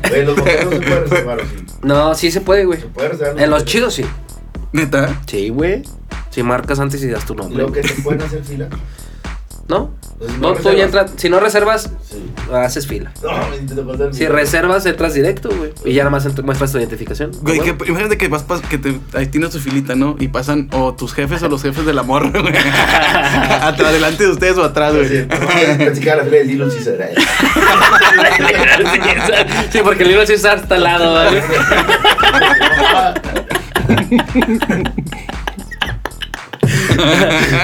Güey, los moteles no se pueden reservar, ¿o sí?
No, sí se puede, güey.
Se puede reservar.
En los
moteles.
chidos sí.
Neta.
Sí, güey. Si marcas antes y das tu nombre.
Lo
güey.
que se pueden hacer fila.
¿No?
Pues si
no
no
tú
reservas.
ya entras, si no reservas,
Sí.
haces fila.
No, ni te conté el
Si
video.
reservas, entras directo, güey. Y ya nada más ent- muestras tu identificación.
Güey,
Güey.
que- imagínate que vas pas- que te, ahí tienes tu filita, ¿no? Y pasan o tus jefes o los jefes del amor, güey. Atrás, delante de ustedes o atrás,
Sí,
güey.
no, Platicaba la fila de Dilo César. eh.
sí, porque el libro sí está hasta al lado, ¿vale?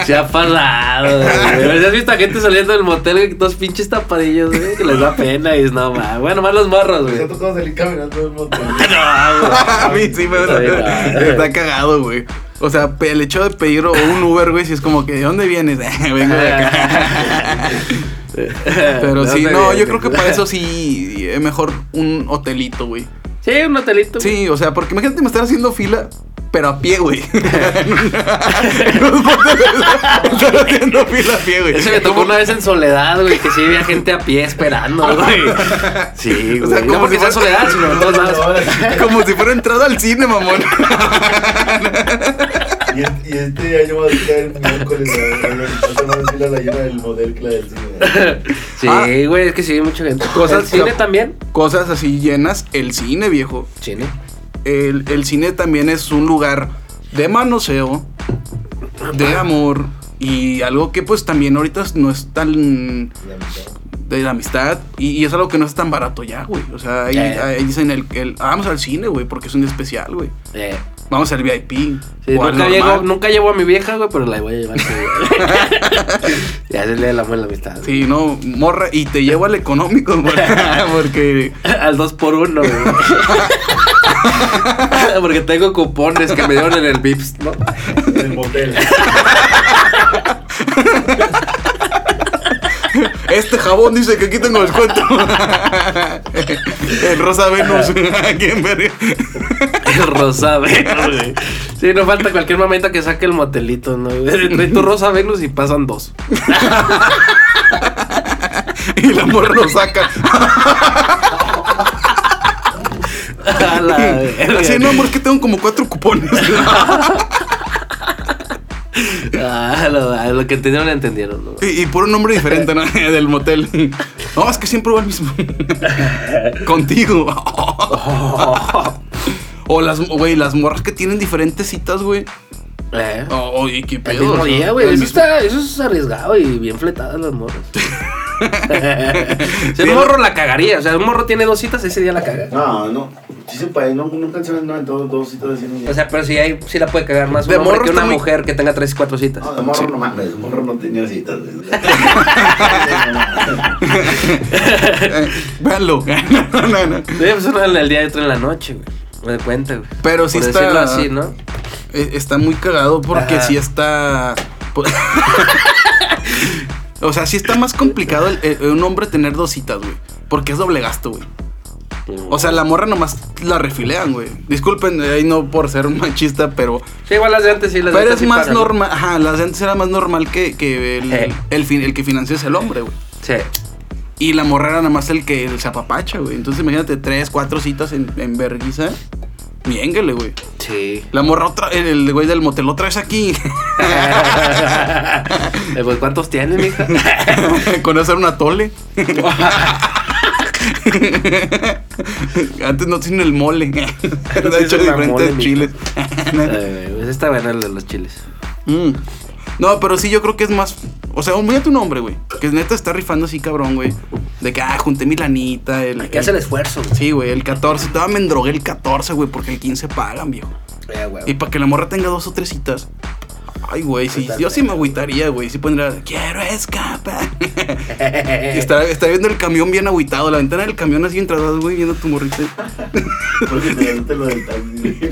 Se ha pasado, güey. ¿Has visto a gente saliendo del motel, güey? Dos pinches tapadillos, güey. Que les da pena y es no, ma. Bueno, más los morros,
Nos
güey.
ha tocado salir caminando un montón.
A mí sí me
Está bien, ah.
está,
güey.
cagado, güey. O sea, pe- el hecho de pedir o un Uber, güey, si es como que, ¿de dónde vienes? Vengo de acá. Pero sí,
sé
no,
bien,
yo creo que para eso sí es mejor un hotelito, güey.
Sí, un hotelito.
Sí, o sea, porque imagínate me estar haciendo fila, pero a pie, güey. En una- en unos hoteles, estar haciendo fila a pie, güey.
Eso me tocó una vez en Soledad, güey, que sí había gente a pie esperando, güey. Sí, güey.
O sea,
no
como
porque
que
sea
fue-
Soledad, sino en todos lados.
Como si fuera entrada al cine, mamón.
Y este- Y este año va a estar el miércoles. Va a más fila la llena del modelo que la del cine.
Ah.
Sí, güey, es que sí, mucha gente.
Cosas-
¿El cine también?
Cosas así llenas, el cine, viejo.
Cine.
El, el cine también es un lugar de manoseo, de amor y algo que pues también ahorita no es tan
La mitad.
de la amistad y, y es algo que no es tan barato ya, güey. O sea, ahí,
Eh.
ahí dicen el, el, "Ah, vamos al cine, güey, porque es un día especial, güey.
Eh.
Vamos al VIP.
Sí,
o al
nunca, llego,
normal.
nunca llevo a mi vieja, güey, pero la voy a llevar. sí, güey. ya se le da la buena amistad. güey.
Sí, no, morra, y te llevo al económico, güey, porque
Al 2 por 1 güey. Porque tengo cupones que me dieron en el Vips, ¿no?
Del motel.
este jabón dice que aquí tengo descuento. el Rosa Venus, aquí en verga.
El Rosa Venus, güey. Sí, no falta cualquier momento que saque el motelito, ¿no? Trae tu Rosa Venus y pasan dos.
Y la morra lo saca.
A la verga.
Así, no, amor, es que tengo como cuatro cupones.
Ah, lo, lo que entendieron, entendieron, ¿no?
y, y por un nombre diferente, ¿no? Del motel. No, es que siempre va el mismo. Contigo.
Oh.
o las, güey, las morras que tienen diferentes citas, güey.
Eh.
Oh, y qué
El
pedo.
mismo
¿no?
día, güey.
El
Eso,
mismo-
está, eso es arriesgado y bien fletadas las morras. si
Sí,
un morro la cagaría. O sea, un morro tiene dos citas, ese día la caga.
No, no. Sí se puede. No, nunca se me han aventado dos citas así en un día.
O sea, pero si hay, sí la puede cagar más un
De
hombre
morro
que
está
una
muy-
mujer que tenga tres, cuatro citas.
No, de morro no mames, de morro no tenía citas. güey.
Eh, Véanlo. No, no, no.
Sí, pues una en el día y otra en la noche, güey. Me doy cuenta, güey.
Pero sí
Por
está-
decirlo así, ¿no?
Eh, Está muy cagado porque
Ajá.
sí está. po- o sea, sí está más complicado el- el- un hombre tener dos citas, güey. Porque es doble gasto, güey. O sea, la morra nomás la refilean, güey. Disculpen, eh, ahí no por ser machista, pero.
Sí, igual las de antes sí, las de
Pero
antes
es
sí
más
pagan.
normal. Ajá, las de antes era más normal que, que el,
Eh.
el fin- el que financia es el hombre, güey.
Sí.
Y la morra era nada más el que el zapapacha, güey. Entonces imagínate tres, cuatro citas en, en verguiza. Miéngale, güey.
Sí.
La morra otra, el, el güey del motel, otra vez aquí.
Eh, pues, ¿cuántos tienen, mija?
Con hacer una tole. Antes no tienen el mole.
Antes
De hecho,
era mole,
diferentes
mijo.
chiles.
Eh, pues está bueno el de los chiles.
Mm. No, pero sí, yo creo que es más. O sea, humillate un hombre, güey. Que neta está rifando así, cabrón, güey. De que, ah, junté mi lanita. El, el-
Que hace el esfuerzo, güey.
Sí, güey, el 14. Todavía me endrogué el 14, güey, porque el 15 pagan, viejo.
Eh, güey.
Y para que la morra tenga dos o tres citas. Ay, güey,
Pues
sí, yo sí me agüitaría, güey. Sí pondría, quiero escapar.
Eh.
Y está, está viendo el camión bien agüitado, la ventana del camión así entradas, güey, viendo tu morrita.
Porque te aventaste lo del taxi.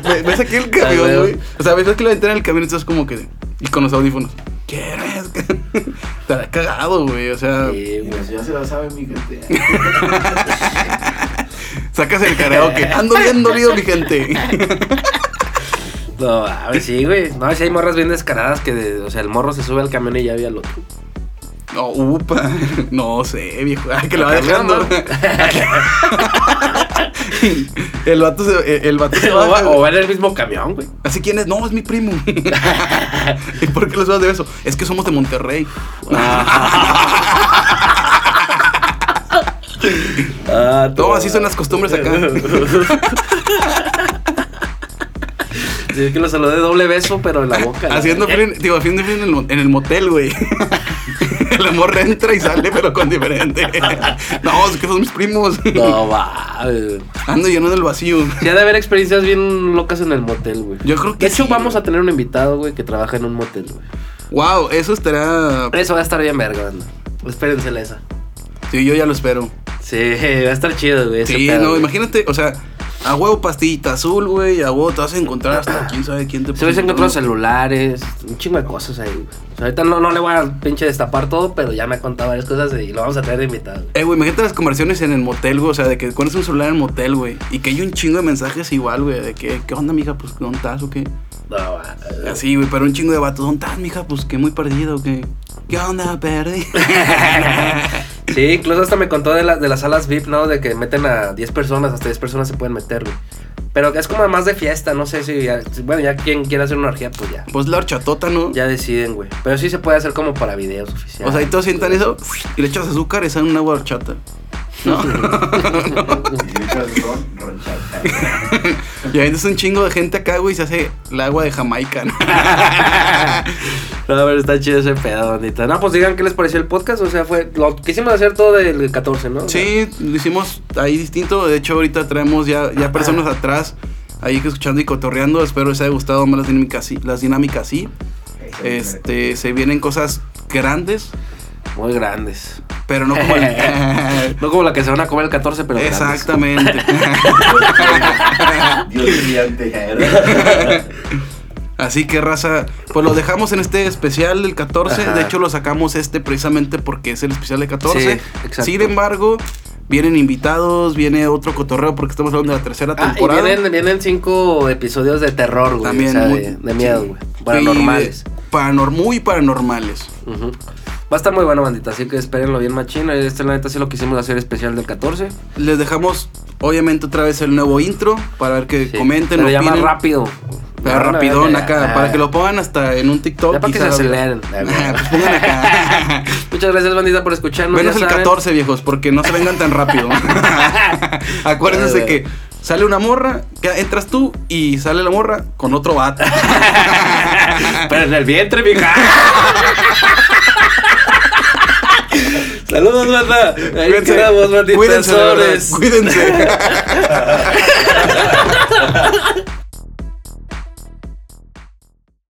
Ve- ve- Ves aquí el
Ah,
camión,
güey.
güey. O sea, ves que la ventana del camión estás como que. Y con los audífonos. Quiero escapar. Estará cagado, güey. O sea,
Sí,
Y
güey.
pues ya se la sabe mi gente.
sacas el karaoke. Ando bien dolido, mi gente.
No, a ver, sí, güey. No, si hay morras bien descaradas que, de- o sea, el morro se sube al camión y ya ve al otro.
No, upa. No sé, viejo. Ah, que lo va
Al camión,
dejando.
¿no?
el vato se, el vato se
O va,
baja,
o va en el mismo camión, güey.
Así quién es, no, es mi primo. ¿Y por qué les vas de eso? Es que somos de Monterrey.
Ah,
No, así son las costumbres acá.
Sí, es que lo saludé doble beso, pero en la boca. la
Haciendo
verdad.
frío, digo, haciendo frío en el, mo- en el motel, güey. El amor entra y sale, pero con diferente. No, es que son mis primos.
No, va. güey.
Ando lleno del vacío.
Sí, ha de haber experiencias bien locas en el motel, güey.
Yo creo que
De hecho,
sí,
vamos
güey.
a tener un invitado, güey, que trabaja en un motel, güey.
Wow, eso estará.
Eso va a estar bien verga, banda. Espérensela esa.
Sí, yo ya lo espero.
Sí, va a estar chido, güey. ese
Sí,
pedo,
no,
güey.
imagínate, o sea, a huevo pastillita azul, güey, a huevo te vas a encontrar hasta quién sabe quién te
Se hubiesen encontrado celulares, un chingo de cosas ahí, güey. O sea, ahorita no, no le voy a pinche destapar todo, pero ya me ha contado varias cosas y lo vamos a tener de invitado. güey.
Eh, güey, imagínate las conversaciones en el motel, güey. O sea, de que pones un celular en el motel, güey. Y que hay un chingo de mensajes igual, güey. De que, ¿qué onda, mija? Pues, ¿dónde estás o qué?
No, va.
Así, güey, pero un chingo de vatos. ¿Dónde estás, mija? Pues, que muy perdido, que. ¿Qué onda, perdí?
Sí, incluso hasta me contó de, la- de las salas VIP, ¿no? De que meten a 10 personas, hasta 10 personas se pueden meter, güey. Pero es como más de fiesta, no sé si. ya- si- bueno, ya quien quiera hacer una orgía, pues ya.
pues la horchatota, ¿no?
Ya deciden, güey. Pero sí se puede hacer como para videos oficiales. Pues,
O sea, y todos sientan eso y le echas azúcar y sale una agua horchata. ¿No? y ahí es un chingo de gente acá, güey, y se hace el agua de Jamaica. ¿no?
No, a ver, está chido ese pedo, bandita. No, pues digan qué les pareció el podcast. O sea, fue. Lo quisimos hacer todo del 14, ¿no? O sea,
Sí, lo hicimos ahí distinto. De hecho, ahorita traemos ya, ya personas atrás ahí que escuchando y cotorreando. Espero les haya gustado más las dinámicas sí. Las dinámicas sí. Este, se vienen cosas grandes,
Muy grandes.
pero no como el...
No como la que se van a comer el 14, pero. grandes.
Exactamente.
Dios mediante, ya era.
Así que raza, pues lo dejamos en este especial del 14.
Ajá.
De hecho, lo sacamos este precisamente porque es el especial del 14.
Sí, exacto.
Sin embargo, vienen invitados, viene otro cotorreo porque estamos hablando de la tercera
Ah, y
temporada.
vienen, vienen cinco episodios de terror, güey.
También
o sea,
muy-
de, de miedo,
sí.
güey.
Y
Paranormales.
de- paranor- muy paranormales.
Ujú. Va a estar muy bueno, bandita, así que espérenlo bien machino. Este, la neta, sí lo quisimos hacer especial del 14.
Les dejamos, obviamente, otra vez el nuevo intro para que
Sí.
comenten,
Pero ya más
opinen.
rápido.
Pero
No, no,
rapidón
ya,
acá,
ya,
para
ya.
que lo pongan hasta en un TikTok.
Ya para que se
quizá lo-
aceleren.
Ajá, pues pongan acá.
Muchas gracias, bandita, por escucharnos.
Menos
ya
el
saben.
14, viejos, porque no se vengan tan rápido. Acuérdense
Ay,
que sale una morra, que entras tú y sale la morra con otro vato.
Pero en el vientre, mija. Saludos, banda. Ahí quedamos, bandita.
cuídense, de verdad,
sobres.
cuídense.